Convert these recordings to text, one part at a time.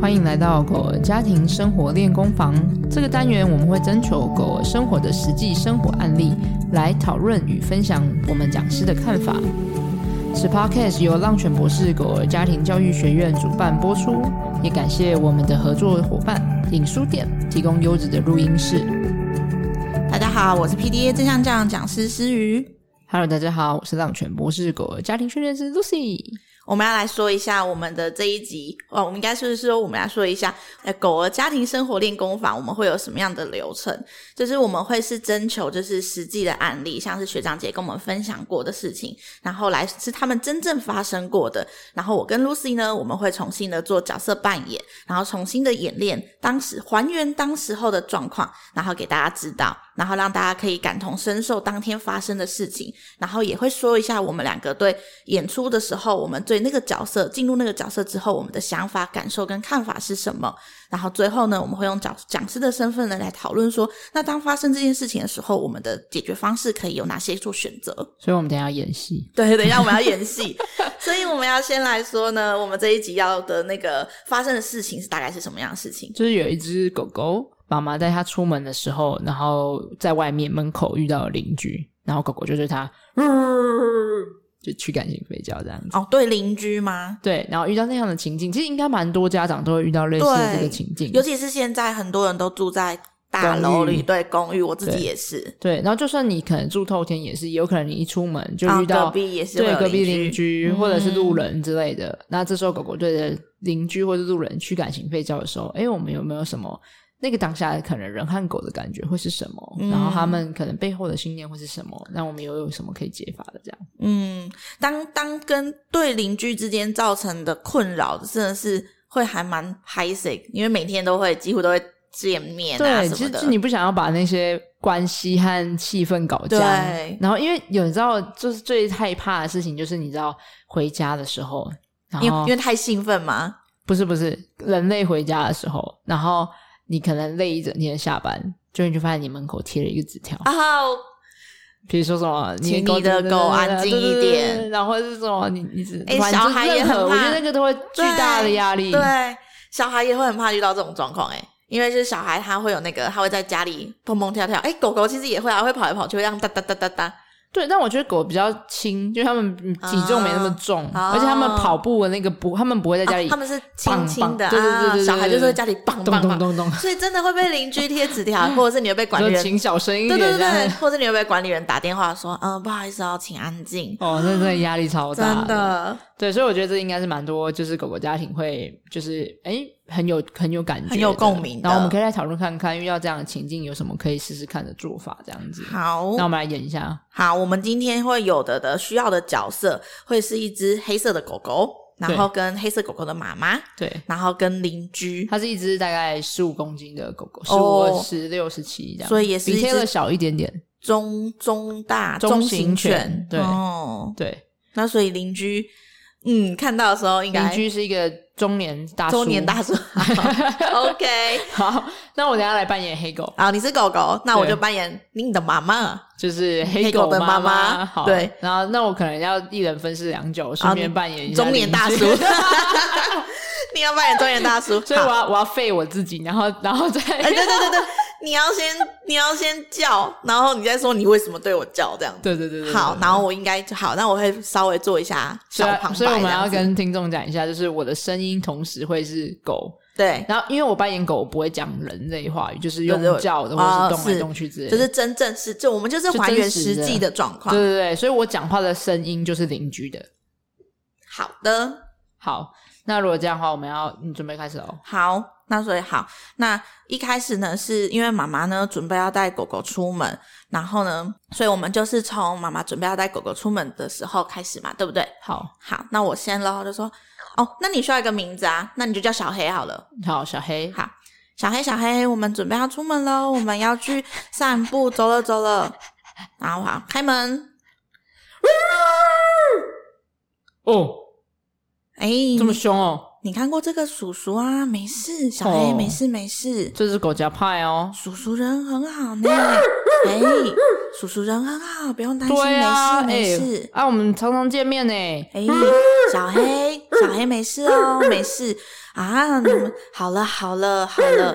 欢迎来到狗儿家庭生活练功房。这个单元我们会征求狗儿生活的实际生活案例，来讨论与分享我们讲师的看法。此 podcast 由浪犬博士狗儿家庭教育学院主办播出，也感谢我们的合作伙伴影书店提供优质的录音室。大家好，我是 PDA 正向教养讲师诗瑜。 Hello，大家好，我是浪犬博士狗儿家庭训练师 Lucy。我们要来说一下我们的这一集哦，我们应该是说我们来说一下，呃，狗儿家庭生活练功坊我们会有什么样的流程？就是我们会是征求就是实际的案例，像是学长姐跟我们分享过的事情，然后来是他们真正发生过的。然后我跟 Lucy 呢，我们会重新的做角色扮演，然后重新的演练当时还原当时候的状况，然后给大家知道，然后让大家可以感同身受当天发生的事情，然后也会说一下我们两个对演出的时候我们最对那个角色进入那个角色之后，我们的想法、感受跟看法是什么？然后最后呢，我们会用讲讲师的身份呢来讨论说，那当发生这件事情的时候，我们的解决方式可以有哪些做选择？ 所以我们等一下要演戏。对，等一下我们要演戏，所以我们要先来说呢，我们这一集要的那个发生的事情是大概是什么样的事情？就是有一只狗狗，妈妈带它出门的时候，然后在外面门口遇到了邻居，然后狗狗就对它，就驱赶性吠叫这样子。哦，对邻居吗？对，然后遇到那样的情境，其实应该蛮多家长都会遇到类似的这个情境。尤其是现在很多人都住在大楼公寓里，对，公寓，我自对己也是，对，然后就算你可能住透天也是，也有可能你一出门就啊遇到、隔壁也是会对有隔壁邻邻居嗯或者是路人之类的。那这时候狗狗对着邻居或者路人驱赶型吠叫的时候，哎，我们有没有什么那个当下可能人和狗的感觉会是什么？然后嗯他们可能背后的信念会是什么？那我们又有什么可以解法的？这样嗯，当当跟对邻居之间造成的困扰，真的是会还蛮拍谁，因为每天都会几乎都会见面啊对，什其么实的就。你不想要把那些关系和气氛搞僵对。然后因为有你知道，就是最害怕的事情就是你知道回家的时候。然因为后因为太兴奋嘛，不是不是，人类回家的时候，然后你可能累一整天下班，就你就发现你门口贴了一个纸条，然后比如说什么，请狗你的对对对狗对安静对对一对点对然后是什么，你你只哎反小正孩也任何很我觉怕得那个都会巨大的压力，对小孩也会很怕遇到这种状况哎，因为就是小孩他会有那个，他会在家里蹦蹦跳跳，哎，狗狗其实也会啊，会跑来跑去，会这样哒哒哒哒哒，对，但我觉得狗比较轻，就它们体重没那么重，啊而且它们跑步的那个不，它们不会在家里哦他们是轻棒轻的棒对对对对啊，对小孩就是会家里棒咚棒咚棒，咚咚，所以真的会被邻居贴 纸条，或者是你会被管理就员请小声一对点，对对这样对， 或者你会被管理人打电话说，嗯，不好意思哦，请安静。哦，那真的压力超大，真的对，所以我觉得这应该是蛮多，就是狗狗家庭会，就是哎，很有很有感觉的，很有共鸣的然后我们可以来讨论看看，遇到这样的情境有什么可以试试看的做法，这样子。好那我们来演一下，好，我们今天会有的的需要的角色会是一只黑色的狗狗，然后跟黑色狗狗的妈妈，对，然后跟邻居，它是一只大概十五公斤的狗狗，十哦五、十六、十七这样，所以也是比一只 Taylor 小一点点。中中大中型型犬对哦，对，那所以邻居，嗯，看到的时候邻应该居是一个中年大叔，中 年大。叔，OK，好，那我等一下来扮演黑狗，好，你是狗狗，那我对就扮演你的妈妈。就是黑狗狗的妈妈妈好，对，然后那我可能要一人分饰两角，顺好便你扮演一下中年邻大居叔， 你要扮演中年大叔， 所以我好要我要废我自己，然后然后再、哎、对对对 对，你要先你要先叫，然后你再说你为什么对我叫这样子。 对对对对对好，然后我应该好，那我会稍微做一下所小旁以白所以我们这样要子跟听众讲一下，就是我的声音同时会是狗，对，然后因为我扮演狗，我不会讲人类话语，就是用对对叫的或哦是动来是动去之类就的。是真正是就我们就是就还真原实的实际的状对况。对对，所以我讲话的声音就是邻居的。好的，好，那如果这样的话，我们要你准备开始哦。好。那所以好，那一开始呢，是因为妈妈呢准备要带狗狗出门，然后呢，所以我们就是从妈妈准备要带狗狗出门的时候开始嘛，对不对？好好，那我先喽，就说哦，那你需要一个名字啊，那你就叫小黑好了。好，小黑，好，小黑，小黑，我们准备要出门喽，我们要去散步，走了，走了。然后好，开门。哦，哎、这么凶哦，你看过这个叔叔啊？没事，小黑，哦没事，没事。这是狗夹派哦。叔叔人很好呢，哎、叔叔人很好，不用担心，对啊，嗯没事，没哎事。啊，我们常常见面呢。哎、小黑，小黑没事哦，没事啊，你们好了好了好了，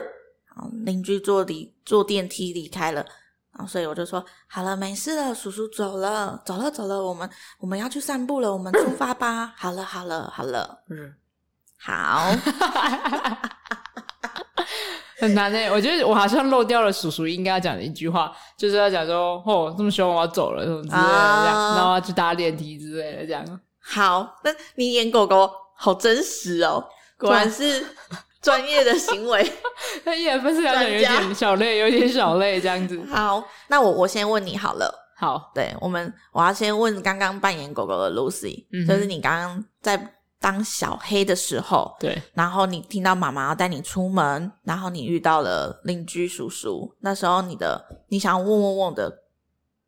好邻居坐离坐电梯离开了。然后所以我就说好了，没事了，叔叔走了，走了，走了，我们我们要去散步了，我们出发吧。好了，好了，好了，嗯，好，很难欸诶、我觉得我好像漏掉了叔叔应该要讲的一句话，就是要讲说，哦，这么凶，我要走了，什么之类的，啊这样，然后要去搭电梯之类的，这样。好，那你演狗狗好真实哦，果然是专业的行为。那一人分饰两角，有一专点小累，有一点小累，这样 子。好，那我我先问你好了。好，对我们，我要先问刚刚扮演狗狗的 Lucy，、嗯哼就是你刚刚在当小黑的时候，对，然后你听到妈妈要带你出门，然后你遇到了邻居叔叔，那时候你的你想要问问问的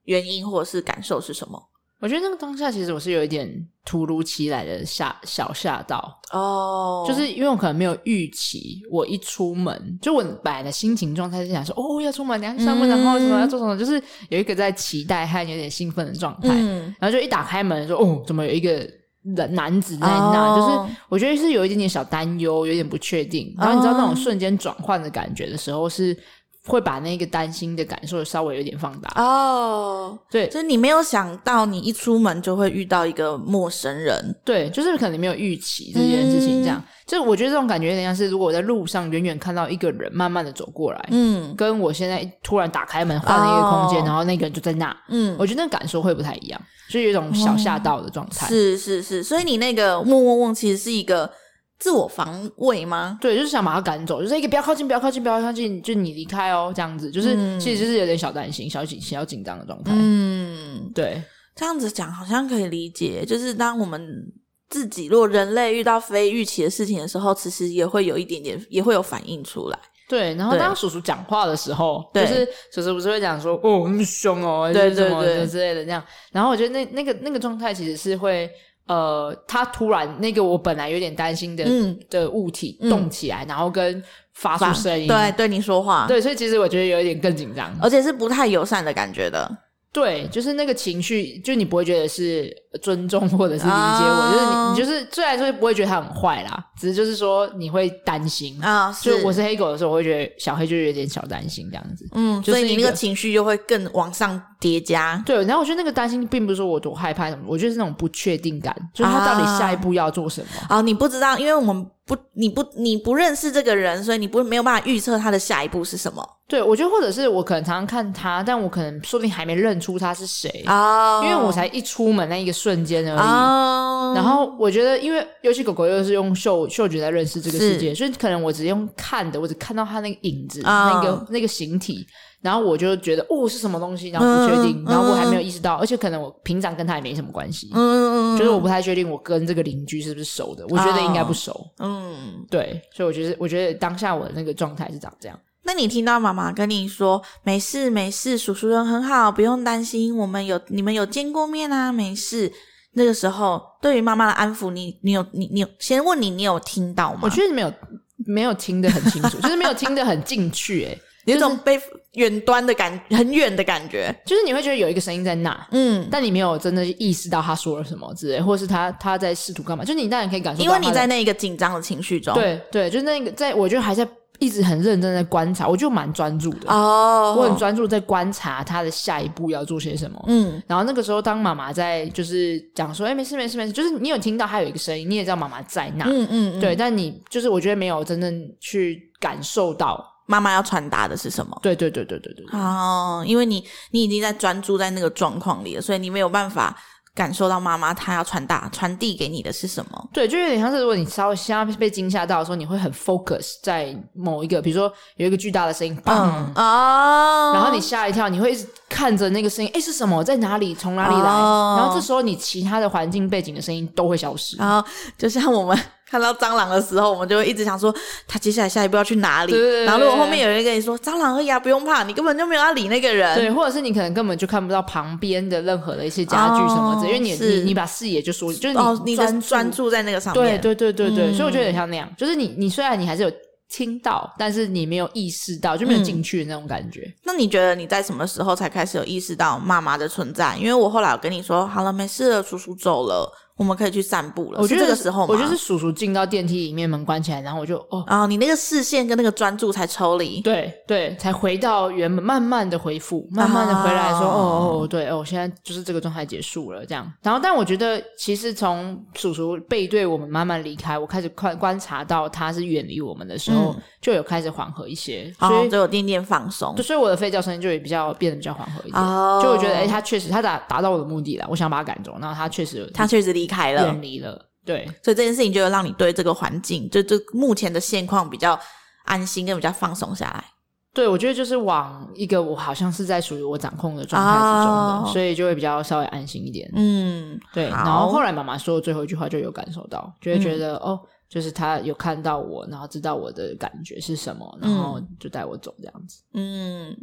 原因或者是感受是什么？我觉得那个当下其实我是有一点突如其来的吓小吓到，哦就是因为我可能没有预期，我一出门，就我本来的心情状态是想说，哦，要出门，等一下去上班，嗯然后什么要做什么，就是有一个在期待和有点兴奋的状态。嗯，然后就一打开门说，哦，怎么有一个男男子在那？哦就是我觉得是有一点点小担忧，有点不确定。然后你知道哦那种瞬间转换的感觉的时候，是会把那个担心的感受稍微有点放大。哦，对就是你没有想到，你一出门就会遇到一个陌生人。对，就是可能没有预期这件事情，这嗯样。就我觉得这种感觉有点像是，如果我在路上远远看到一个人慢慢的走过来，嗯跟我现在突然打开门换了一个空间，哦然后那个人就在那，嗯，我觉得那感受会不太一样，就有一种哦小吓到的状态。是是是，所以你那个嗡嗡嗡其实是一个自我防卫吗？对，就是想把他赶走，就是一个不要靠近，不要靠近，不要靠近，就你离开哦，这样子，就是、嗯其实就是有点小担心、小紧、小紧张的状态。嗯，对，这样子讲好像可以理解，就是当我们自己如果人类遇到非预期的事情的时候，其实也会有一点点，也会有反应出来。对，然后对当叔叔讲话的时候，就对是叔叔不是会讲说“哦，那么凶哦”，对就是什么对的对之类的那样。然后我觉得那那个那个状态其实是会，呃，他突然那个我本来有点担心的、嗯的物体嗯动起来，然后跟发出声音，对，对你说话，，对，所以其实我觉得有一点更紧张。而且是不太友善的感觉的。嗯对，就是那个情绪，就你不会觉得是尊重或者是理解我，哦就是你你就是虽然说不会觉得他很坏啦，只是就是说你会担心。啊，嗯就是我是黑狗的时候，我会觉得小黑就有点小担心这样子。嗯，就是所以你一那个个情绪又会更往上叠加。对，然后我觉得那个担心并不是说我多害怕什么，我就是那种不确定感，就是他到底下一步要做什么。哦，你不知道，因为我们不，你不，你不认识这个人，所以你不没有办法预测他的下一步是什么对我觉得，或者是我可能常常看他，但我可能说不定还没认出他是谁，哦因为我才一出门那一个瞬间而已。哦，然后我觉得，因为尤其狗狗又是用嗅嗅觉在认识这个世界，所以可能我只用看的，我只看到它那个影子、啊那个那个形体，然后我就觉得哦是什么东西，然后不确定，嗯嗯然后我还没有意识到，而且可能我平常跟它也没什么关系，嗯，嗯嗯就是我不太确定我跟这个邻居是不是熟的，我觉得应该不熟。嗯，对，所以我觉得，我觉得当下我的那个状态是长这样。那你听到妈妈跟你说没事没事，叔叔人很好，不用担心，我们有你们有见过面啊，没事。那个时候，对于妈妈的安抚，你你有你你有先问你，你有听到吗？我确实没有没有听得很清楚，就是没有听得很进去、欸， 有一种被远端的感，很远的感觉。就是你会觉得有一个声音在那，嗯，但你没有真的意识到他说了什么之类，或是他他在试图干嘛？就你当然可以感受到嗯因他为的，你在那一个紧张的情绪中。对对，就是那个在，我就还在一直很认真在观察，我就蛮专注的，哦，我很专注在观察他的下一步要做些什么。嗯然后那个时候，当妈妈在就是讲说，哎、没事没事没事，就是你有听到他有一个声音，你也知道妈妈在那，嗯嗯，嗯对，，但你就是我觉得没有真正去感受到，妈妈要传达的是什么？对对对对对对对哦，因为你你已经在专注在那个状况里了，所以你没有办法感受到妈妈她要传达传递给你的是什么。对，就有点像是如果你稍微现在被惊吓到的时候，你会很 focus 在某一个，比如说有一个巨大的声音，砰，嗯哦，然后你吓一跳，你会一直看着那个声音，哎，是什么？在哪里？从哪里来？哦然后这时候你其他的环境背景的声音都会消失。然后就像我们 看到蟑螂的时候，我们就会一直想说他接下来下一步要去哪里。对对对对然后如果后面有人跟你说蟑螂而已啊，不用怕，你根本就没有要理那个人。对，或者是你可能根本就看不到旁边的任何的一些家具什么之类，因为你哦是你你把视野就缩，就是哦，你的专专注在那个上对面。对对对对，嗯所以我觉得有点像那样，就是你你虽然你还是有听到，但是你没有意识到，就没嗯有进去的那种感觉。那你觉得你在什么时候才开始有意识到妈妈的存在？因为我后来有跟你说，好了，没事了，叔叔走了，我我们可以去散步了。我觉得是这个时候吗，我就是叔叔进到电梯里面，门关起来，然后我就哦，哦，你那个视线跟那个专注才抽离。对对，才回到原本，慢慢的恢复，慢慢的回来说，啊哦哦，对哦，现在就是这个状态结束了这样。然后，但我觉得其实从叔叔背对我们慢慢离开，我开始观观察到他是远离我们的时候，嗯就有开始缓和一些，所哦，以就有点点放松就。所以我的吠叫声音就也比较变得比较缓和一点。哦，就我觉得，哎、他确实他达达到我的目的了，我想把他赶走，然后他确实他确实离开了远，离了，对所以这件事情就让你对这个环境，就就目前的现况比较安心跟比较放松下来。对，我觉得就是往一个我好像是在属于我掌控的状态之中的，哦所以就会比较稍微安心一点。嗯，对，好嗯然后后来妈妈说的最后一句话就有感受到，就会觉得、哦，就是他有看到我，然后知道我的感觉是什么，然后就带我走这样子。嗯，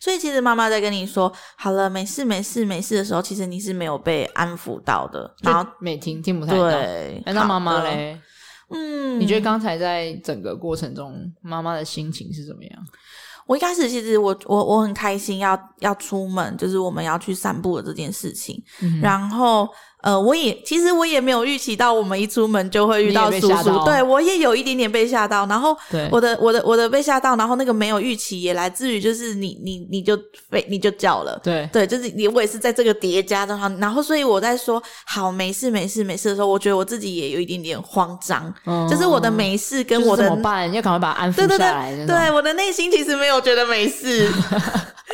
所以其实妈妈在跟你说“好了，没事，没事，没事”的时候，其实你是没有被安抚到的。就然后，没听听不太到。对，哎，那好妈妈的？嘞？嗯，你觉得刚才在整个过程中，妈妈的心情是怎么样？我一开始其实我我我很开心要要出门，就是我们要去散步的这件事情。嗯哼然后呃，我也其实我也没有预期到我们一出门就会遇到你也叔被吓叔，到对我也有一点点被吓到。然后对，我的我的我的被吓到，然后那个没有预期也来自于就是你你你就飞你就叫了。对对，就是你，我也是在这个叠加中，然后所以我在说好没事没事没事的时候，我觉得我自己也有一点点慌张，嗯就是我的没事跟我就是的怎么办？要赶快把它安对抚对下对来。那种对，我的内心其实没有觉得 没事，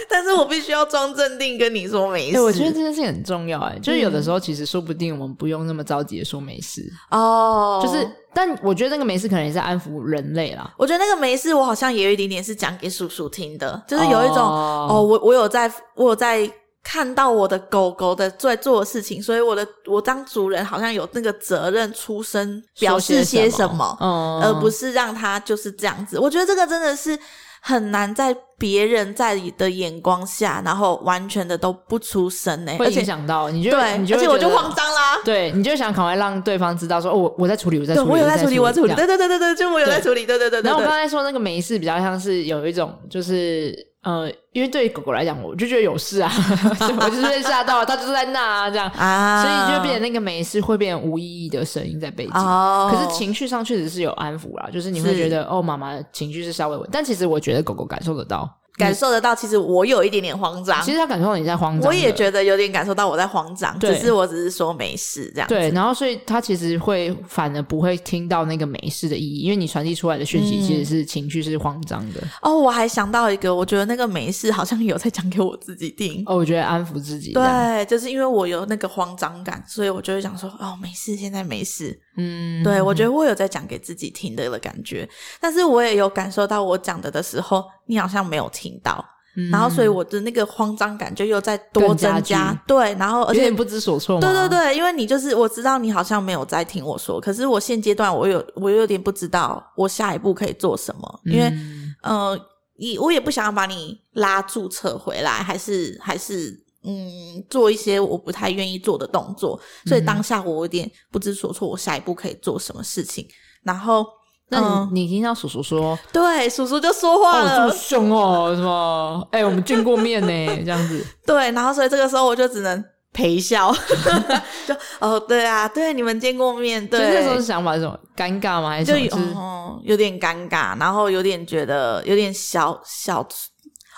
但是我必须要装镇定跟你说没哎、事。我觉得这件事情很重要、哎，就是有嗯的时候其实说不定我们不用那么着急的说没事，哦，就是，但我觉得那个没事可能也是安抚人类啦。我觉得那个没事，我好像也有一点点是讲给叔叔听的，就是有一种哦哦我我有在，我有在看到我的狗狗的在做的事情，所以我的我当主人好像有那个责任出声表示些什么，嗯，而呃不是让它就是这样子。我觉得这个真的是很难在别人在你的眼光下，然后完全的都不出声呢、会而且影响到你就对，你就而会且我就觉得慌，张啦。对，你就想赶快让对方知道说，哦，我我在处理，我在对，处理，我有在处理，我在处理，这样对对对对对，就我有在对处理，对对对对对。然后我刚才说那个没事，比较像是有一种就是。呃，因为对狗狗来讲，我就觉得有事啊， 所以我就是被吓到了，它就是在那啊这样， 啊，所以就变成那个没事会变成无意义的声音在背景。哦，可是情绪上确实是有安抚啦，就是你会是觉得哦，妈妈情绪是稍微稳，但其实我觉得狗狗感受得到，感受得到，其实我有一点点慌张其。实它感受到你在慌张的，啊我也觉得有点感受到我在慌张，对只是我只是说没事这样。对，然后所以它其实会反而不会听到那个没事的意义，因为你传递出来的讯息嗯其实是情绪是慌张的。哦，我还想到一个，我觉得那个没事好像有在讲给我自己听。哦，我觉得安抚自己，，对，啊就是因为我有那个慌张感，所以我就会想说，哦，没事，现在没事。嗯，对我觉得我有在讲给自己听的的感觉，但是我也有感受到我讲的的时候，你好像没有听到，嗯然后所以我的那个慌张感就又再多更加增剧加。对，然后而有且点不知所措嘛，对对对，因为你就是我知道你好像没有在听我说，可是我现阶段我有我有点不知道我下一步可以做什么，因为、嗯呃，你我也不想要把你拉住扯回来，还是还是嗯做一些我不太愿意做的动作，所以当下我有点不知所措，我下一步可以做什么事情，然后那你、嗯你听到叔叔说，对叔叔就说话哦，这了，么凶哦，什么？哎、我们见过面呢，这样子，对，然后所以这个时候我就只能。陪笑， 就哦，对啊，对，你们见过面， 对，所以那时候想法是什么？尴尬吗？还是就什么有、就是？哦、有点尴尬，然后有点觉得有点小小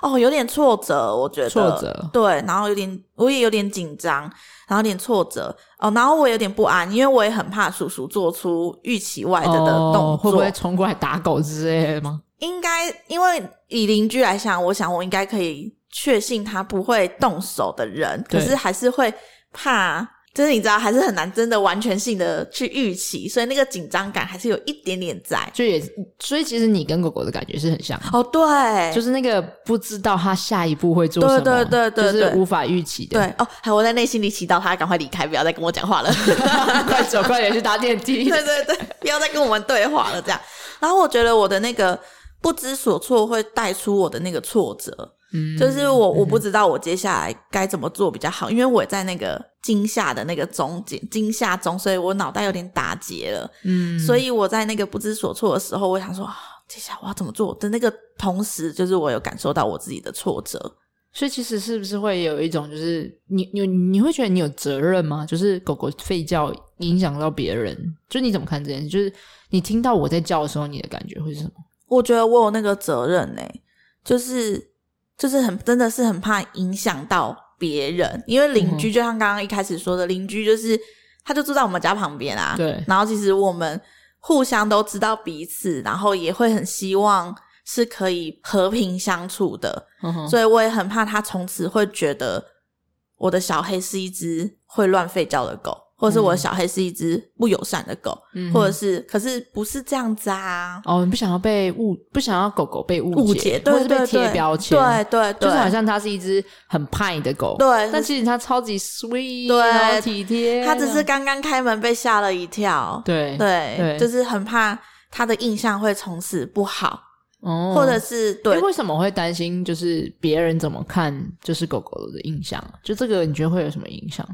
哦，有点挫折，我觉得挫折对，然后有点我也有点紧张，然后有点挫折哦，然后我也有点不安，因为我也很怕叔叔做出预期外的的动作，哦，会不会冲过来打狗之类的吗？应该因为以邻居来想，我想我应该可以确信他不会动手的人，可对是还是会怕，就是你知道，还是很难真的完全性的去预期，所以那个紧张感还是有一点点在。就也，所以其实你跟狗狗的感觉是很像的，啊哦，对，就是那个不知道它下一步会做什么，啊对对对对就是对无法预期的。对哦，还我在内心里祈祷他赶快离开，不要再跟我讲话 了。快走，快点去搭电梯。对对对，不要再跟我们对话了，这样。然后我觉得我的那个不知所措会带出我的那个挫折，嗯就是我我不知道我接下来该怎么做比较好，因为我在那个惊吓的那个中间惊吓中，所以我脑袋有点打结了，嗯所以我在那个不知所措的时候，我想说。啊接下来我要怎么做的那个同时，就是我有感受到我自己的挫折，所以其实是不是会有一种，就是你你你会觉得你有责任吗？就是狗狗吠叫影响到别人，就你怎么看这件事？就是你听到我在叫的时候，你的感觉会是什么？我觉得我有那个责任呢、就是就是很真的是很怕影响到别人，因为嗯邻居就像刚刚一开始说的，邻居就是他就住在我们家旁边啊，对然后其实我们互相都知道彼此，然后也会很希望是可以和平相处的，嗯哼所以我也很怕他从此会觉得我的小黑是一只会乱吠叫的狗。或者是我的小黑是一只不友善的狗，嗯或者是可是不是这样子啊？哦，你不想要被误，不想要狗狗被误误解，解，或对是被对贴对，标签，对对对，就是好像它是一只很派的狗，对但其实它超级 sweet，对然后体贴，他只是刚刚开门被吓了一跳，对，对对就是很怕他的印象会从此不好，哦或者是对诶为什么会担心就是别人怎么看就是狗狗的印象？就这个你觉得会有什么影响？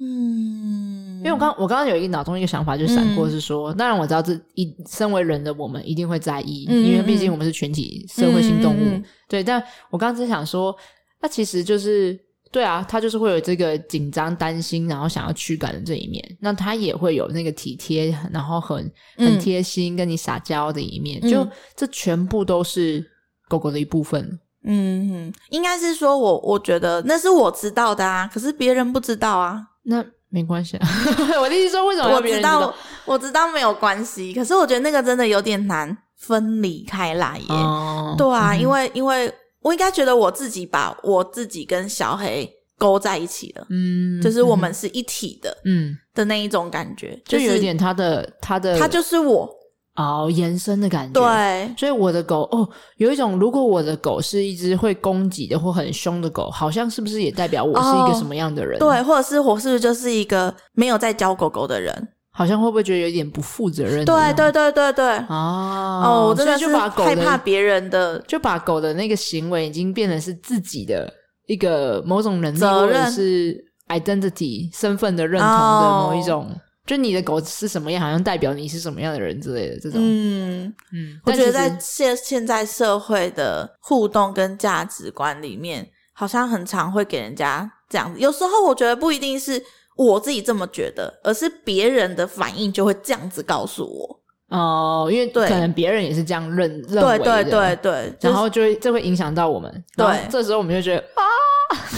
嗯，因为我刚我刚刚有一个脑中一个想法，就闪过嗯是说，当然我知道这一身为人的我们一定会在意，嗯因为嗯毕竟我们是群体社会性动物，嗯嗯嗯嗯对。但我刚刚只想说，那其实就是对啊，他就是会有这个紧张、担心，然后想要驱赶的这一面，那他也会有那个体贴，然后很很嗯贴心跟你撒娇的一面，嗯就这全部都是狗狗的一部分。嗯，嗯应该是说我我觉得那是我知道的啊，可是别人不知道啊，那没关系啊， 我的意思说，为什么要我别人知道我知道没有关系，可是我觉得那个真的有点难分离开来耶，哦，对啊，因为因为我应该觉得我自己把我自己跟小黑勾在一起了，嗯，就是我们是一体的。嗯。的那一种感觉，就有是一点它的它的他就是我，哦延伸的感觉。，对，所以我的狗哦，有一种如果我的狗是一只会攻击的或很凶的狗，好像是不是也代表我是一个哦什么样的人？对，，或者是我是不是就是一个没有在教狗狗的人？好像会不会觉得有点不负责任？啊对，对，对，对，对。哦，哦，我真的所以是就把狗害怕的别人的，就把狗的那个行为已经变成是自己的一个某种能力，责或任哦者是 identity 身份的认同的某一种。就你的狗是什么样，好像代表你是什么样的人之类的这种。嗯，嗯，我但觉其实得在现现在社会的互动跟价值观里面，好像很常会给人家这样子。有时候我觉得不一定是我自己这么觉得，而是别人的反应就会这样子告诉我。哦，因为对可能别人也是这样认认为对的，对对对，就然是后就会这会影响到我们，对然后这时候我们就觉得啊，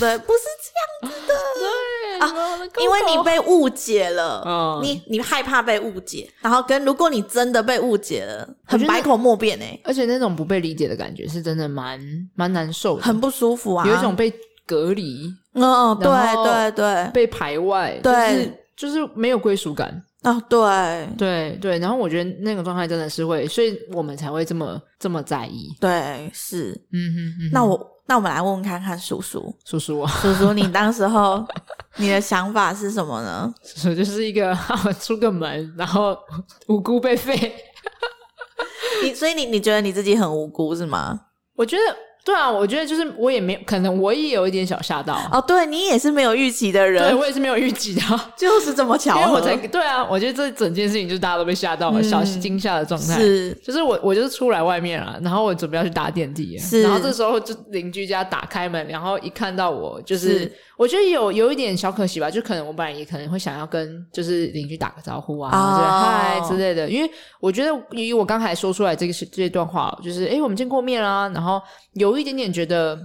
对，不是对啊因为你被误解了，嗯你你害怕被误解，然后跟如果你真的被误解了，我觉很得百口莫辩哎、而且那种不被理解的感觉是真的蛮蛮难受的，很不舒服啊，有一种被隔离、嗯，嗯，对然后对对，被排外，对就是就是没有归属感，哦对对对。然后我觉得那种状态真的是会，所以我们才会这么这么在意。对是，嗯哼嗯哼，那我那我们来问问看看叔叔，叔叔啊，叔叔你当时候你的想法是什么呢？ 叔叔就是一个 出个门，然后无辜被废。你所以你你觉得你自己很无辜是吗？我觉得对啊，我觉得就是我也没有，可能我也有一点小吓到，哦，对你也是没有预期的对人，我也是没有预计的，就是这么巧因合，为我才对啊，我觉得这整件事情就是大家都被吓到了，嗯小惊吓的状态。是就是我，我就是出来外面啊了，然后我准备要去搭电梯了，是然后这时候就邻居家打开门，然后一看到我，就是是我觉得有有一点小可惜吧，就可能我本来也可能会想要跟就是邻居打个招呼啊，哦对嗨之类的，因为我觉得以我刚才说出来这个是这段话，就是哎诶我们见过面啦、然后有一点点觉得，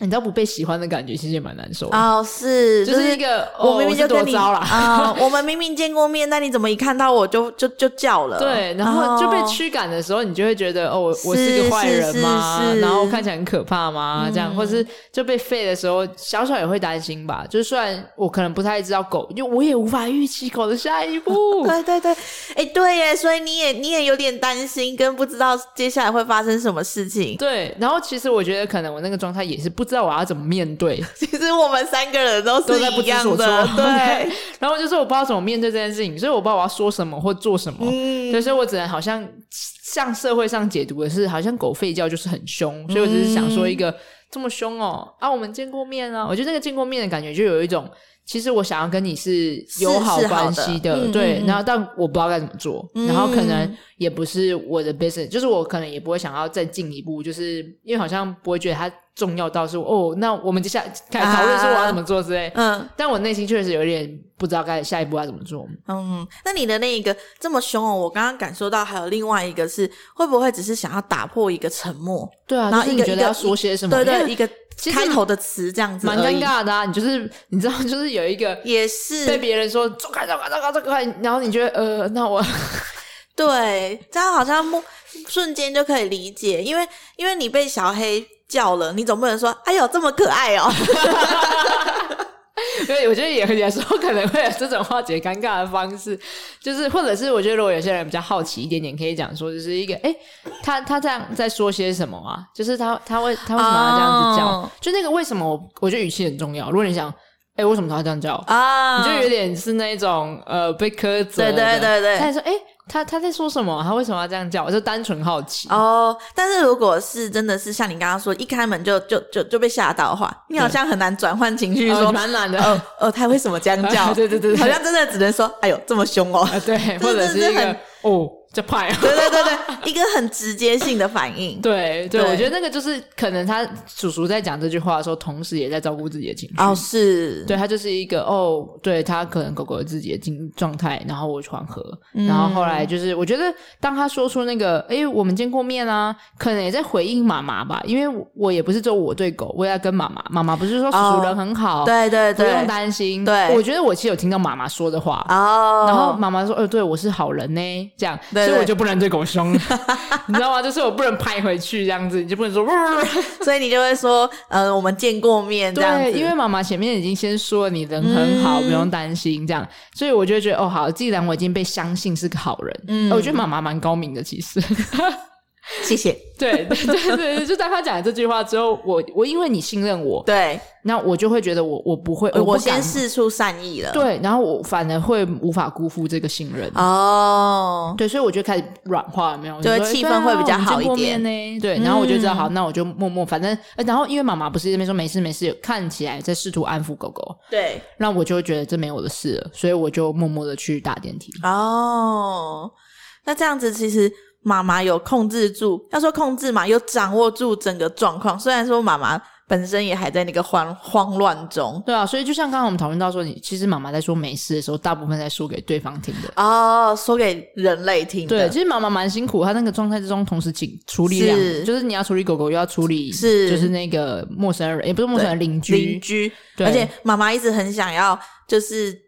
你知道不被喜欢的感觉，其实也蛮难受的，哦是就是一个、哦、我明明是就多跟你糟啦，啊、我们明明见过面，但你怎么一看到我就就就叫了？对，然后就被哦驱赶的时候，你就会觉得哦，我我是是个坏人是吗？是然后看起来很可怕吗？这样，嗯或是就被废的时候，小小也会担心吧。就是虽然我可能不太知道狗，因为我也无法预期狗的下一步。 对对对，哎，对耶，所以你也你也有点担心，跟不知道接下来会发生什么事情。 对，然后其实我觉得可能我那个状态也是不知道我要怎么面对，其实我们三个人都都是在不一知样所措的，。 对，然后就是我不知道怎么面对这件事情，所以我不知道我要说什么或做什么。嗯对，所以我只能好像像社会上解读的是，好像狗吠叫就是很凶，所以我嗯只是想说一个、这么凶哦啊，我们见过面啊，我觉得那个见过面的感觉就有一种其实我想要跟你是友好是是好关的系的，嗯对，嗯嗯然后但我不知道该怎么做，嗯然后可能也不是我的 business，就是我可能也不会想要再进一步，就是因为好像不会觉得它重要到是哦，那我们接下来开始讨论说我要怎么做之类，嗯但我内心确实有点不知道该下一步要怎么做。嗯，那你的那一个这么凶哦，我刚刚感受到还有另外一个是会不会只是想要打破一个沉默？对啊，然后就是一你个觉得一个要说些什么？对因对，为一个其实开头的词这样子，嗯蛮尴，尬的啊。你就是你知道，就是有一个也是被别人说走开走开走开走开，然后你觉得呃，那我 对，这样好像默瞬间就可以理解，因为因为你被小黑叫了，你总不能说“哎呦，这么可爱 哦对，我觉得也有时候可能会有这种化解尴尬的方式，就是或者是我觉得如果有些人比较好奇一点点，可以讲说就是一个，哎、他他这样在说些什么啊？就是他他为他为什么要这样子叫哦就那个为什么我我觉得语气很重要。如果你想，哎、为什么他这样叫”啊，你就有点是那种呃被苛责对的，对对对他还说，哎、他他在说什么？他为什么要这样叫？我就单纯好奇。哦。但是如果是真的是像你刚刚说，一开门就就就就被吓到的话，你好像很难转换情绪呃说蛮难的， 哦哦，他为什么这样叫？对对对对好像真的只能说“哎呦，这么凶 哦啊，对，或者是这一个很哦，这派、啊”。。对对对对，一个很直接性的反应。 对对，对我觉得那个就是可能他叔叔在讲这句话的时候，同时也在照顾自己的情绪。哦，是，对他就是一个哦，对他可能狗狗有自己的经状态，然后我缓和，然后后来就是我觉得当他说出那个哎、诶我们见过面啊，可能也在回应妈妈吧，因为我我也不是只有我对狗，我也要跟妈妈，妈妈不是说叔叔人很好，对对不用对，担心。对我觉得我其实有听到妈妈说的话，哦，然后妈妈说：“呃，对我是好人呢，这样，对对所以我就不能对狗 凶，你知道吗？就是我不能拍回去这样子，你就不能 说，所以你就会说，呃，我们见过面这样子，对，因为妈妈前面已经先说你人很好，嗯不用担心这样，所以我就会觉得哦，好，既然我已经被相信是个好人，嗯呃我觉得妈妈蛮高明的，其实， 谢谢，对对对对，就当他讲了这句话之后，我我因为你信任我，对那我就会觉得我我不会，我我不敢先试出善意了，对，然后我反而会无法辜负这个信任哦，对，所以我就开始软化，有没有，就会我说气对氛啊会比较我们好见一过点面呢。对，然后我就知道，嗯好，那我就默默，反正，呃然后因为妈妈不是那边说没事没事，看起来在试图安抚狗狗，对，那我就会觉得这没我的事了，所以我就默默的去打电梯。哦，那这样子其实。妈妈有控制住，要说控制嘛，有掌握住整个状况。虽然说妈妈本身也还在那个慌慌乱中对啊，所以就像刚刚我们讨论到说，你其实妈妈在说没事的时候，大部分在说给对方听的。哦，说给人类听对，的，其实妈妈蛮辛苦，她那个状态之中，同时紧处理两，是就是你要处理狗狗，又要处理是就是那个陌生人，也不是陌生人，邻居，邻居，对而且妈妈一直很想要就是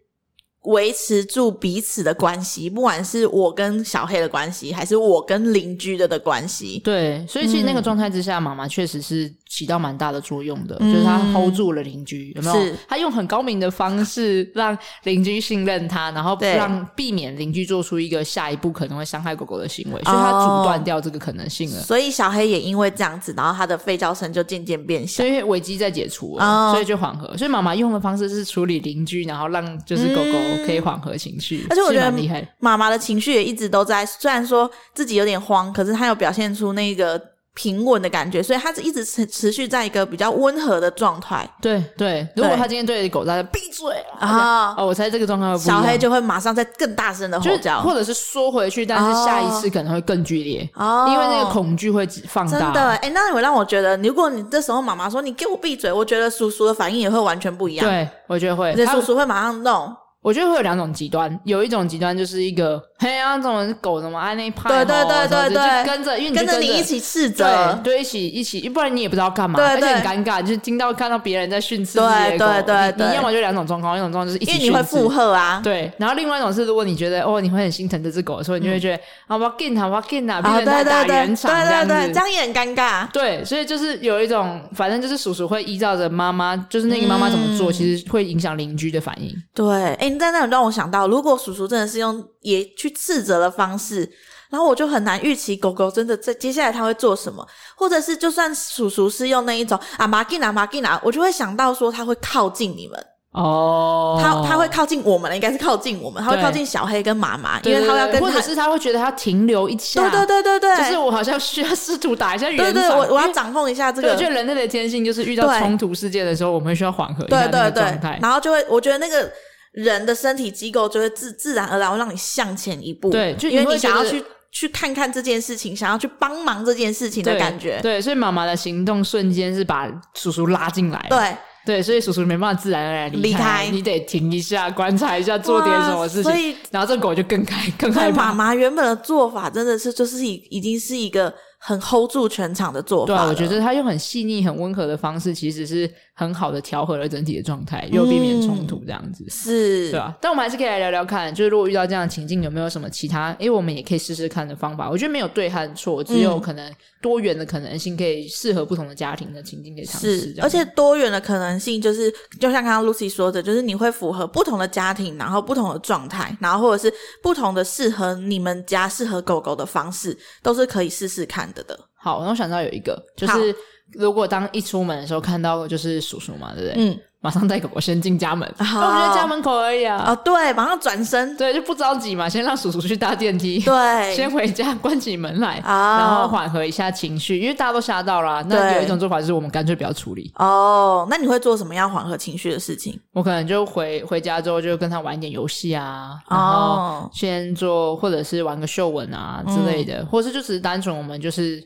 维持住彼此的关系，不管是我跟小黑的关系，还是我跟邻居的的关系。对，所以其实那个嗯状态之下，妈妈确实是起到蛮大的作用的，嗯就是她 hold 住了邻居，有没有是？她用很高明的方式让邻居信任她，然后对让避免邻居做出一个下一步可能会伤害狗狗的行为，所以她哦阻断掉这个可能性了。所以小黑也因为这样子，然后他的吠叫声就渐渐变小所。以危机在解除了，哦所以就缓和。所以妈妈用的方式是处理邻居，然后让就是狗狗嗯可以缓和情绪，而且我觉是得蛮厉害的。妈妈的情绪也一直都在，虽然说自己有点慌，可是她有表现出那个平稳的感觉，所以她是一直持持续在一个比较温和的状态对对，如果对她今天对着狗在那闭嘴啊，啊。哦，我猜这个状态会不一小样黑就会马上再更大声的就吼是叫，或者是缩回去，但是下一次可能会更剧烈，哦因为那个恐惧会放真大。的，哎、那有让我觉得，如果你这时候妈妈说你给我闭嘴，我觉得叔叔的反应也会完全不一样。，对，我觉得会而。且他叔叔会马上弄。我觉得会有两种极端，有一种极端就是一个，嘿啊，这种狗怎么爱那一派吼，对对对什么之类对对就跟着，因为你就跟着着你一。起斥对责。对，一起一起，不然你也不知道干嘛，对而且对很尴尬，就是听到看到别人在训斥自己对的狗，对对你你对要么就两种状况，一种状况就是一起因为训斥，你会附和啊，对，然后另外一种是，如果你觉得哦，你会很心疼这只狗的时候，你就会觉得、啊，我要 get 它，我要 get 它，变啊，对成对在打对，对圆场这样对子，对，这样也很尴尬。对，所以就是有一种，反正就是叔叔会依照着妈妈，就是那个妈妈怎么做，嗯其实会影响邻居的反应。对，哎，你在那里让我想到，如果叔叔真的是用也去斥责的方式，然后我就很难预期狗狗真的在接下来它会做什么，或者是就算叔叔是用那一种啊马吉娜马吉娜，我就会想到说他会靠近你们。哦，他他会靠近我们了，应该是靠近我们，他会对靠近小黑跟妈妈，因对，为他要对跟或他者，是他会觉得他停留一下，对对对对对，就是我好像需要试图打一下圆对场，对，我我因要为掌控一下这对，个我觉得人类的天性就是遇到对冲突事件的时候，我们需要缓和一对下那对个对状态，。然后就会，我觉得那个人的身体机构就会自自然而然会让你向前一步，对就因为你会你想觉要得去去看看这件事情，想要去帮忙这件事情的对感觉，对，所以妈妈的行动瞬间是把叔叔拉进来，对，对，所以叔叔没办法自然而然离开，开你得停一下，观察一下，做点什么事哇所情，以然后这狗就更开更所害以妈怕。妈原本的做法真的是就是已已经是一个很 hold 住全场的做法对啊，了，我觉得他用很细腻、很温和的方式，其实是很好的调和了整体的状态，又避免冲突这样子。嗯是，对啊，但我们还是可以来聊聊看，就是如果遇到这样的情境，有没有什么其他？因为我们也可以试试看的方法。我觉得没有对和错，只有可能多元的可能性，可以适合不同的家庭的情境可以尝试是这，样。而且多元的可能性就是，就像刚刚 Lucy 说的，就是你会符合不同的家庭，然后不同的状态，然后或者是不同的适合你们家、适合狗狗的方式，都是可以试试看的的。好，然后想到有一个，就好是如果当一出门的时候看到就是叔叔嘛，对不对？嗯，啊马上带狗狗先进家门，那好我们就在家门口而已啊。啊、对，马上转身，对，就不着急嘛，先让叔叔去搭电梯，对先，回家关起门来，啊然后缓和一下情绪，因为大家都吓到啦。那对有一种做法就是我们干脆不要处理，哦，那你会做什么样缓和情绪的事情？我可能就回回家之后就跟他玩一点游戏啊，然后哦，先做或者是玩个嗅闻啊嗯之类的，或是就只是单纯我们就是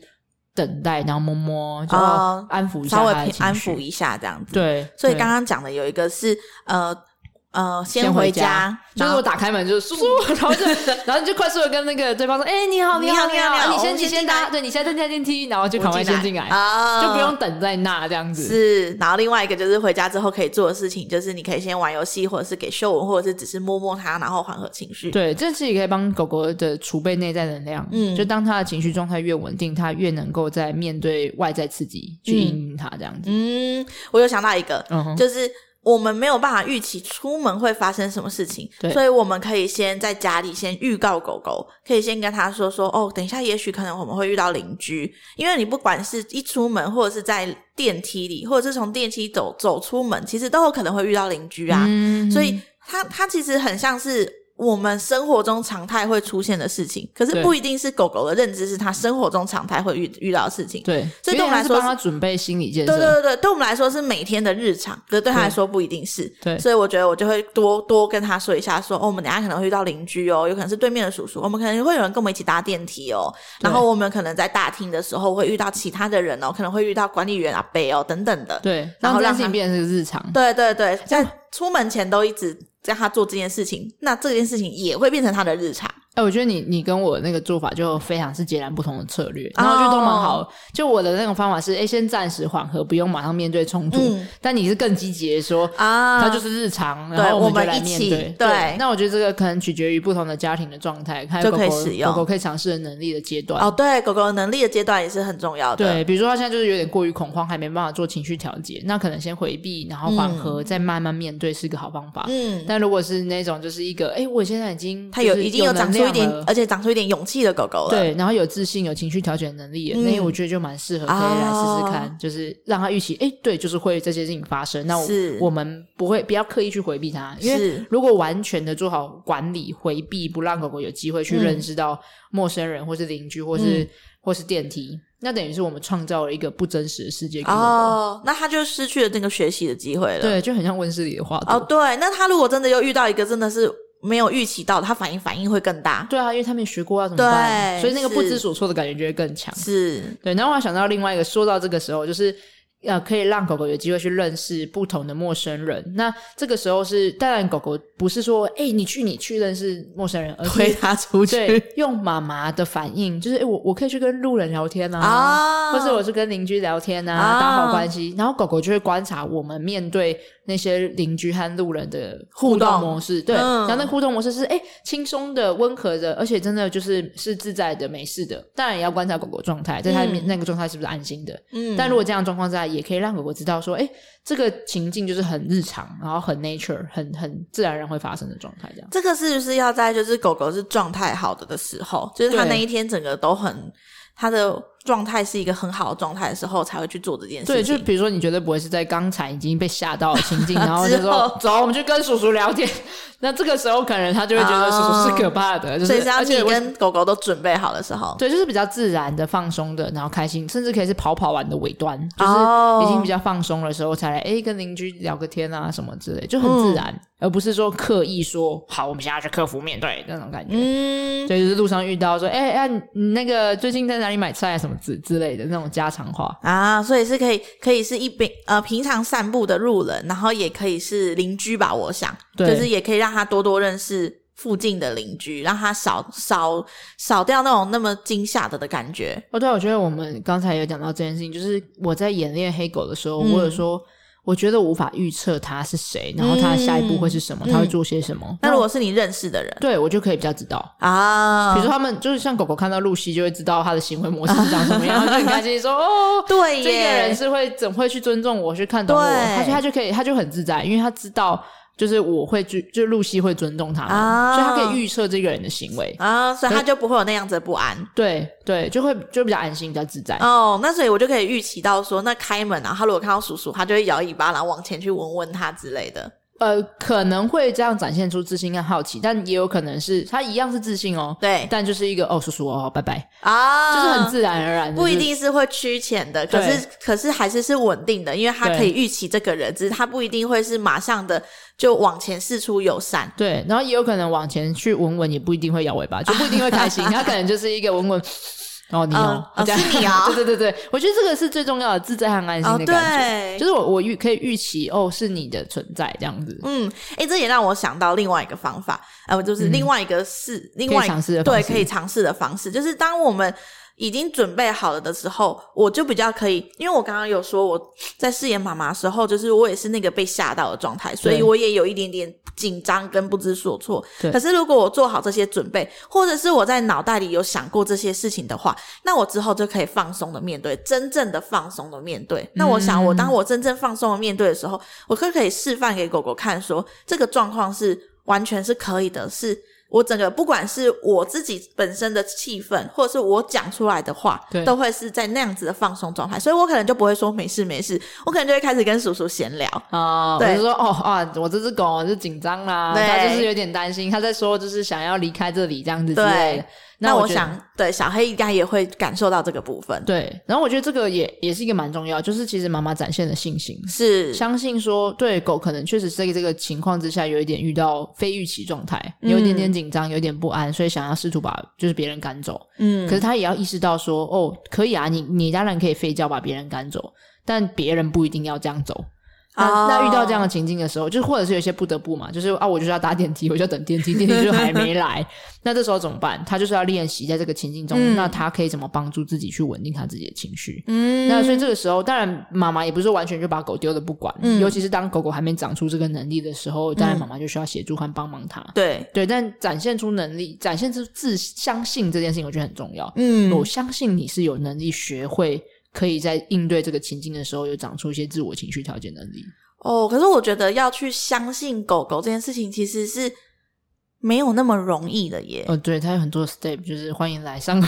等待，然后摸摸，就哦安抚一下稍微他的平情绪，安抚一下这样子。，对，所以对刚刚讲的有一个是呃呃，先回回家，就然是后我打开门就是叔，然后 就然后你就快速的跟那个对方说，哎、你好，你好，好你你好哎你好你我先们你先先进搭，来对你先登下电梯，然后就赶快先进来，啊，就不用等在那这样子。是，然后另外一个就是回家之后可以做的事情，就是你可以先玩游戏，或者是给秀文，或者是只是摸摸它，然后缓和情绪。对，这是也可以帮狗狗的储备内在能量。嗯就当它的情绪状态越稳定，它越能够在面对外在刺激去应应它这样子。嗯，我有想到一个，嗯哼，就是我们没有办法预期出门会发生什么事情对，所以我们可以先在家里先预告狗狗，可以先跟他说说，哦，等一下，也许可能我们会遇到邻居，因为你不管是一出门，或者是在电梯里，或者是从电梯走走出门，其实都有可能会遇到邻居啊。嗯所以它它其实很像是我们生活中常态会出现的事情，可对是不一定是狗狗的认知是它生活中常态会遇遇到的事情。对，所以对因我为它来是说帮它准备心理建对设。对对对，对我们来说是每天的日常，可是对他对来说不一定是。对所以我觉得我就会多多跟他说一下说哦，我们等一下可能会遇到邻居哦，有可能是对面的叔叔，我们可能会有人跟我们一起搭电梯哦，对然后我们可能在大厅的时候会遇到其他的人哦，可能会遇到管理员阿贝哦等等的。对，然让后这件让事情它变成是日常。对对对，在出门前都一直让他做这件事情，那这件事情也会变成他的日常。哎、我觉得你你跟我那个做法就非常是截然不同的策略，然后就都哦蛮好。就我的那种方法是，哎、先暂时缓和，不用马上面对冲突。嗯但你是更积极的说，啊它就是日常，对然后我们就们来一面起对。对那我觉得这个可能取决于不同的家庭的状态，看就狗可以狗使用狗狗可以尝试的能力的阶段。哦，对，狗狗能力的阶段也是很重要的。对，比如说他现在就是有点过于恐慌，还没办法做情绪调节，那可能先回避，然后缓和，再慢慢面对是一个好方法。嗯，但如果是那种就是一个，哎、我现在已经它有就是已经有能长出量一点了，而且长出一点勇气的狗狗了。，呃对，然后有自信、有情绪调节能力的，那、嗯我觉得就蛮适合可以来试试看，哦就是让他预期，哎，对，就是会这些事情发生。那我是我们不会不要刻意去回避它，因为是如果完全的做好管理、回避，不让狗狗有机会去嗯认识到陌生人，或是邻居，或是、嗯或是电梯，那等于是我们创造了一个不真实的世界给狗狗。哦，那它就失去了那个学习的机会了。，对，就很像温室里的花朵。哦，对，那它如果真的又遇到一个真的是没有预期到的，它反应反应会更大。对啊，因为他没学过要怎么办，对所以那个不知是所措的感觉就会更强。是，对，然后我还想到另外一个，说到这个时候，就是呃，可以让狗狗有机会去认识不同的陌生人。那这个时候是，当然狗狗不是说，哎、你去你去认识陌生人，而推是它出对去用妈妈的反应， 就是哎、诶我我可以去跟路人聊天啊。啊或是我去跟邻居聊天啊，啊打好关系，然后狗狗就会观察我们面对那些邻居和路人的互动模式，对，嗯然后那互动模式是哎轻松的、温和的，而且真的就是是自在的、没事的。当然也要观察狗狗状态，在它嗯那个状态是不是安心的。嗯但如果这样的状况下，也可以让狗狗知道说，哎，这个情境就是很日常，然后很 nature，很很自然而然会发生的状态，这样。这个是不是要在就是狗狗是状态好的的时候，就是它对那一天整个都很它的状态是一个很好的状态的时候，才会去做这件对，事就情。比如说，你绝对不会是在刚才已经被吓到的 情境，然后就之说后走，我们去跟叔叔聊天。那这个时候，可能他就会觉得叔叔是可怕 的，就所以是是要而你且我跟狗狗都准备好的时候，对，就是比较自然的、放松的，然后开心，甚至可以是跑跑完的尾端，就是哦已经比较放松的时候才来，哎，跟邻居聊个天啊什么之类，就很自然，嗯而不是说刻意说好，我们现在要去克服面对那种感觉。嗯，对，就是路上遇到说，哎、哎、你你那个最近在哪里买菜啊什么之之类的那种家常话。啊，所以是可以，可以是一平呃平常散步的路人，然后也可以是邻居吧，我想，就对是也可以让他多多认识附近的邻居，让他少少少掉那种那么惊吓的的感觉。哦，对，我觉得我们刚才有讲到这件事情，就是我在演练黑狗的时候，嗯我有说，我觉得无法预测它是谁，然后它的下一步会是什么，嗯它会做些什么。那如果是你认识的人对我就可以比较知道，啊，比如说他们就是像狗狗看到露西就会知道它的行为模式是长什么 样，它就很开心说哦。对这个人耶，是会怎会去尊重我，去看懂我，对他就他就可以，他就很自在，因为他知道就是我会去，就是露西会尊重他们，啊所以他可以预测这个人的行为。啊，所以他就不会有那样子的不安。对对，就会就比较安心，比较自在。哦，那所以我就可以预期到说，那开门啊，他如果看到叔叔，他就会摇尾巴，然后往前去闻闻他之类的。呃，可能会这样展现出自信跟好奇，但也有可能是他一样是自信哦，对但就是一个哦，叔叔哦，拜拜，啊，就是很自然而然的，不一就是定是会趋前的，可是可是还是是稳定的，因为他对可以预期这个人，只是他不一定会是马上的就往前试出友善。对，然后也有可能往前去闻闻，也不一定会摇尾 巴，就不一定会开心，他可能就是一个闻闻。哦，你哦，嗯哦这样是你哦 对对对对，我觉得这个是最重要的自在和安心哦，的感觉，对就，是我我预可以预期哦，是你的存在这样子，嗯，诶，这也让我想到另外一个方法，呃，就是另外一个事，另嗯可以外一尝试的方对式可以尝试的方式，就是当我们已经准备好了的时候，我就比较可以，因为我刚刚有说我在饰演妈妈的时候，就是我也是那个被吓到的状态，所以对我也有一点点紧张跟不知所措。对可是如果我做好这些准备，或者是我在脑袋里有想过这些事情的话，那我之后就可以放松的面对，真正的放松的面对。那我想，嗯我当我真正放松的面对的时候，我可不可以示范给狗狗看说这个状况是完全是可以的，是我整个不管是我自己本身的气氛，或者是我讲出来的话对，都会是在那样子的放松状态，所以我可能就不会说没事没事，我可能就会开始跟叔叔闲聊。啊、我对就说哦啊，我这只狗是紧张啦，对它就是有点担心，它在说就是想要离开这里这样子之类的对。那我觉得想，对小黑应该也会感受到这个部分，对，然后我觉得这个也也是一个蛮重要，就是其实妈妈展现的信心，是相信说对狗可能确实在这个情况之下有一点遇到非预期状态，嗯有一点点紧张，有一点不安，所以想要试图把就是别人赶走。嗯可是它也要意识到说，哦，可以啊，你你当然可以吠叫把别人赶走，但别人不一定要这样走。那、哦那遇到这样的情境的时候，就是或者是有一些不得不嘛，就是啊，我就是要搭电梯，我就要等电梯，电梯就还没 来，那这时候怎么办？他就是要练习在这个情境中，嗯那他可以怎么帮助自己去稳定他自己的情绪？嗯那所以这个时候，当然妈妈也不是说完全就把狗丢了不管，嗯尤其是当狗狗还没长出这个能力的时候，当然妈妈就需要协助和帮忙它。对，对，但展现出能力，展现出自相信这件事情，我觉得很重要。嗯我相信你是有能力学会，可以在应对这个情境的时候，有长出一些自我情绪调节能力。哦，可是我觉得要去相信狗狗这件事情，其实是没有那么容易的耶。哦，对，它有很多 step，就是欢迎来上。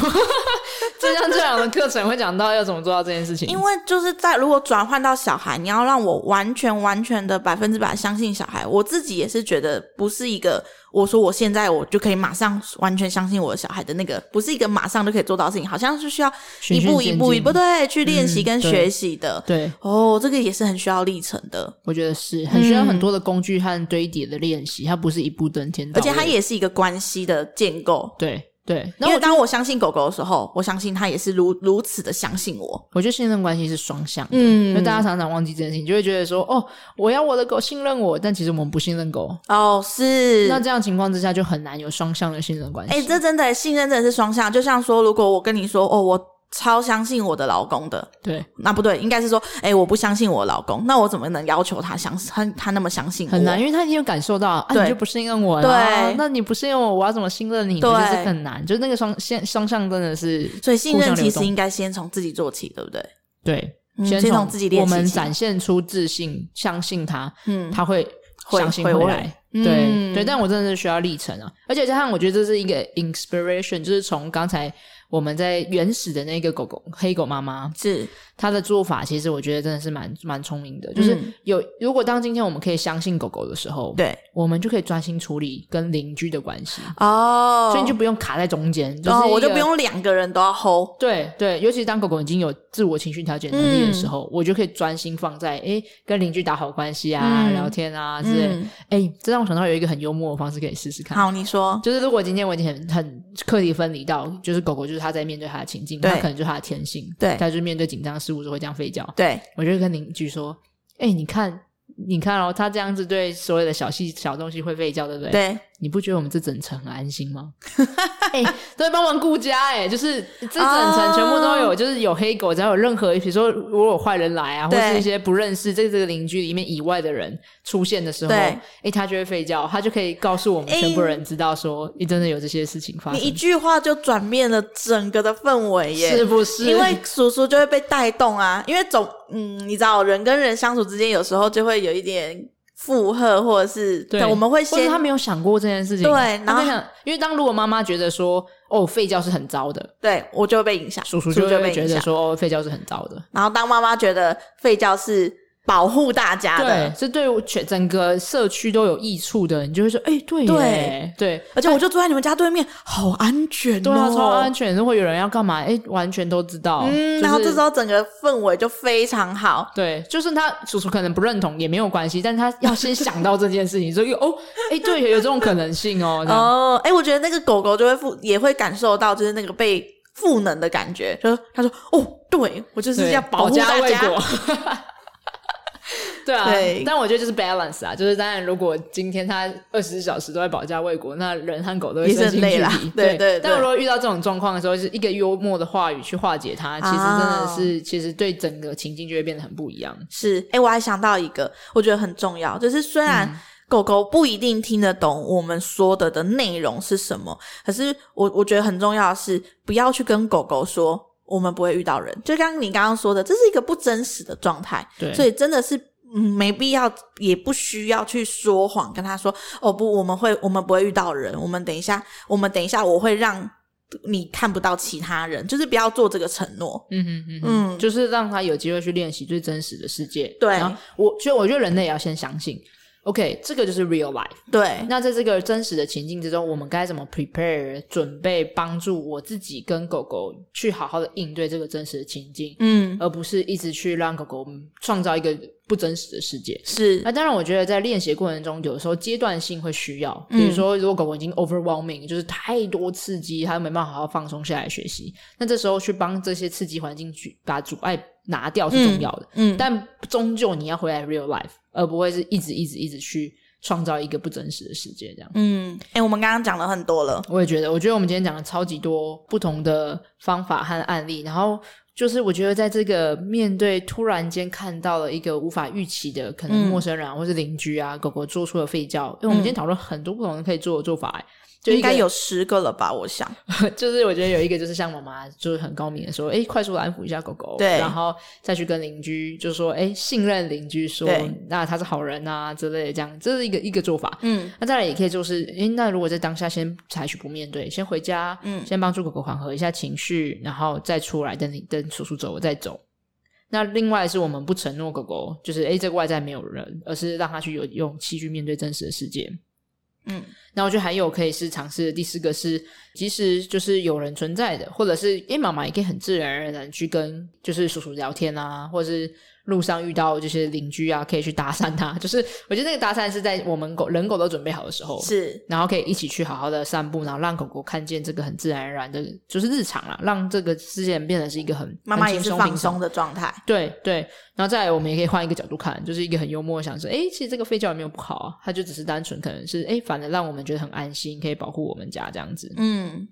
就像这样的课程会讲到要怎么做到这件事情，因为就是在如果转换到小孩，你要让我完全完全的百分之百相信小孩，我自己也是觉得不是一个我说我现在我就可以马上完全相信我的小孩的那个，不是一个马上就可以做到的事情，好像是需要循一序步一渐步一进步对去练习嗯跟对学习的。对，哦，这个也是很需要历程的，我觉得是很需要嗯很多的工具和堆叠的练习，它不是一步登天到而位，且它也是一个关系的建构。对对。因然后为我当我相信狗狗的时候，我相信它也是如如此的相信我。我觉得信任关系是双向的。因嗯为大家常常忘记这件事情，就会觉得说哦，我要我的狗信任我，但其实我们不信任狗。哦是，那这样情况之下，就很难有双向的信任关系。哎、这真的信任真的是双向。就像说，如果我跟你说，哦，我超相信我的老公的，对那不对，应该是说，哎、我不相信我老公，那我怎么能要求他相他他那么相信我？很难，因为他已经有感受到啊，对你就不信任我了。对啊那你不信任我，我要怎么信任你？对就是很难，就是那个双线双向真的是所以信互相任流其实动应该先从自己做起，对不对？对。嗯先先从从自己练我习们起展现出自信，相信他，嗯，他会会相信会回会来。对、嗯对，但我真的是需要历程啊，而且加上我觉得这是一个 inspiration，就是从刚才我们在原始的那个狗狗黑狗妈妈，是它的做法，其实我觉得真的是蛮蛮聪明的。就是嗯有，如果当今天我们可以相信狗狗的时候，对我们就可以专心处理跟邻居的关系，哦，所以你就不用卡在中间。就是然后我一就个不用两个人都要 hold，对对，尤其当狗狗已经有自我情绪调节能力嗯的时候，我就可以专心放在诶跟邻居打好关系啊、嗯聊天啊之类。嗯哎、这让我想到有一个很幽默的方式可以试试看。好，你说就是如果今天我已经很很课题分离到，就是狗狗就是它在面对它的情境，对它可能就是它的天性，对它就是面对紧张事物就会这样吠叫。对，我就会跟邻居说：“哎、你看，你看哦，它这样子对所有的小细小东西会吠叫，对啊不对？对，你不觉得我们这整层很安心吗？ 哎、都在帮忙顾家、哎，就是这整啊层全部都有，就是有黑狗，只要有任何，比如说如果有坏人来啊，或对是一些不认识在这个邻居里面以外的人出现的时候，对哎、它就会吠叫，它就可以告诉我们哎全部人知道说，你、真的有这些事情发你一生，句话就转变了整个的氛围耶，是不是？因为叔叔就会被带动啊，因为总嗯，你知道人跟人相处之间有时候就会有一点负荷，或者是对，我们会或者先他没有想过这件事情，对他然后在想，因为当如果妈妈觉得说哦吠叫是很糟的，对我就会被影响，叔叔就就会会被觉影得响。说哦吠叫是很糟的，然后当妈妈觉得吠觉是保护大家对，的，这对我全整个社区都有益处的，你就会说哎、对对耶对而且我就住在你们家对面，好安全哦，对啊，超安全，如果有人要干嘛，哎、完全都知道，就嗯，是然后这时候整个氛围就非常好，对，就是他叔叔可能不认同也没有关系，但他要先想到这件事情，所以哦，哎、对，有这种可能性哦，这样哦，哎、我觉得那个狗狗就会赋，也会感受到就是那个被赋能的感觉，就是他说哦，对我就是对要保护家大卫家，国。 对啊，对但我觉得就是 balance 啊，就是当然，如果今天他二十四小时都在保家卫国，那人和狗都会也是身心很累俱啦疲。对对对但如果遇到这种状况的时候，是一个幽默的话语去化解它，啊其实真的是，其实对整个情境就会变得很不一样。是，哎、我还想到一个，我觉得很重要，就是虽然狗狗不一定听得懂我们说的的内容是什么，可是我我觉得很重要的是，不要去跟狗狗说我们不会遇到人，就刚刚你刚刚说的，这是一个不真实的状态，对，所以真的是。嗯，没必要，也不需要去说谎，跟他说哦不，我们会，我们不会遇到人，我们等一下，我们等一下，我会让你看不到其他人，就是不要做这个承诺。嗯哼嗯哼，嗯，就是让他有机会去练习最真实的世界。对然后我所以我觉得人类也要先相信，OK，这个就是 real life。对，那在这个真实的情境之中，我们该怎么 prepare 准备帮助我自己跟狗狗去好好的应对这个真实的情境，嗯，而不是一直去让狗狗创造一个不真实的世界。是，那当然，我觉得在练习过程中，有时候阶段性会需要，嗯比如说，如果狗狗已经 overwhelming，就是太多刺激，它没办法好好放松下来学习，那这时候去帮这些刺激环境去把阻碍拿掉是重要的。嗯，但终究你要回来 real life，而不会是一直一直一直去创造一个不真实的世界这样。嗯，哎、我们刚刚讲了很多了，我也觉得，我觉得我们今天讲了超级多不同的方法和案例，然后就是我觉得在这个面对突然间看到了一个无法预期的可能嗯陌生人啊，或是邻居啊，狗狗做出了吠叫，因为我们今天讨论很多不同的可以做的做法、欸，就应一个该有十个了吧？我想，就是我觉得有一个就是像妈妈就是很高明的说，哎、快速的安抚一下狗狗，对然后再去跟邻居就说，哎、信任邻居说对，那他是好人啊之类的，这样这是一个一个做法。嗯那再来也可以就是，诶，那如果在当下先采取不面对，先回家，嗯先帮助狗狗缓和一下情绪，然后再出来，等你等叔叔走，我再走。那另外是我们不承诺狗狗，就是哎诶，这个外在没有人，而是让它去有勇气去面对真实的世界。嗯，那我觉得还有可以是尝试的第四个是，即使就是有人存在的，或者是因为妈妈也可以很自然而然去跟就是叔叔聊天啊，或者是路上遇到这些邻居啊，可以去搭讪他。就是我觉得那个搭讪是在我们狗人狗都准备好的时候，是，然后可以一起去好好的散步，然后让狗狗看见这个很自然而然的，就是日常啦，让这个事件变得是一个很妈妈很也轻是松放平常松的状态，对对，然后再来，我们也可以换一个角度看，就是一个很幽默的想说，诶，其实这个吠叫也没有不好啊，它就只是单纯可能是，诶，反而让我们觉得很安心，可以保护我们家这样子。嗯，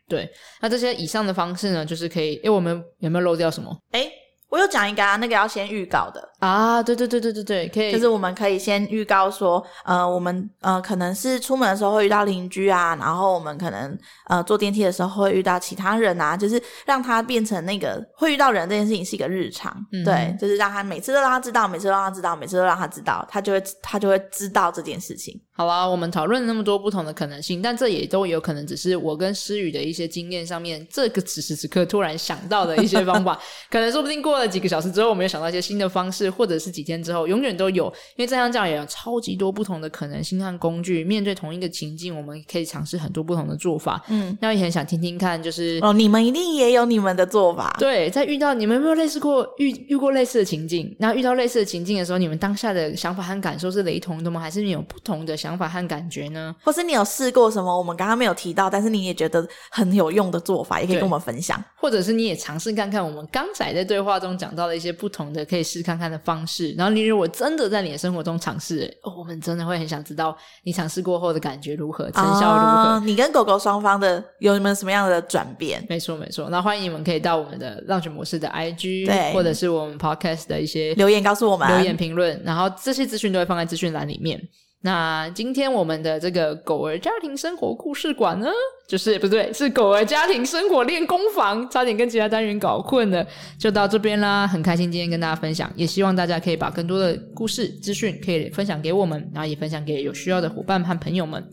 那这些以上的方式呢，就是可以，诶，我们有没有漏掉什么哎、我有讲一个啊，那个要先预告的，啊？对对对对对对，可以，就是我们可以先预告说，呃，我们呃可能是出门的时候会遇到邻居啊，然后我们可能呃坐电梯的时候会遇到其他人啊， 就是让它变成那个会遇到人这件事情是一个日常，嗯对，就是让他每次都让他知道，每次都让他知道，每次都让他知道，他就会他就会知道这件事情，好啦，我们讨论了那么多不同的可能性，但这也都有可能只是我跟诗雨的一些经验上面，这个此时此刻突然想到的一些方法，可能说不定过了几个小时之后，我们又想到一些新的方式，或者是几天之后，永远都有。因为正向教养有超级多不同的可能性和工具，面对同一个情境，我们可以尝试很多不同的做法。嗯，那我也很想听听看，就是哦，你们一定也有你们的做法，对，在遇到你们有没有类似过遇遇过类似的情境？那遇到类似的情境的时候，你们当下的想法和感受是雷同的吗？还是你有不同的想法和感觉呢？或是你有试过什么我们刚刚没有提到，但是你也觉得很有用的做法，也可以对跟我们分享。或者是你也尝试看看我们刚才在对话中讲到的一些不同的可以试看看的方式。然后你如果真的在你的生活中尝试、哦，我们真的会很想知道你尝试过后的感觉如何，成效如何。啊你跟狗狗双方的有没有什么样的转变？没错，没错。那欢迎你们可以到我们的浪犬模式的 IG，对或者是我们 Podcast 的一些留言告诉我们，留言评论，然后这些资讯都会放在资讯栏里面。那今天我们的这个狗儿家庭生活故事馆呢，就是不对，是狗儿家庭生活练功房，差点跟其他单元搞混了，就到这边啦。很开心今天跟大家分享，也希望大家可以把更多的故事资讯可以分享给我们，然后也分享给有需要的伙伴和朋友们。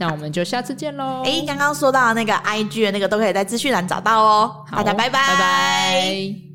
那我们就下次见喽，哎诶，刚刚说到那个 IG 的那个都可以在资讯栏找到哦。好大家拜拜，拜拜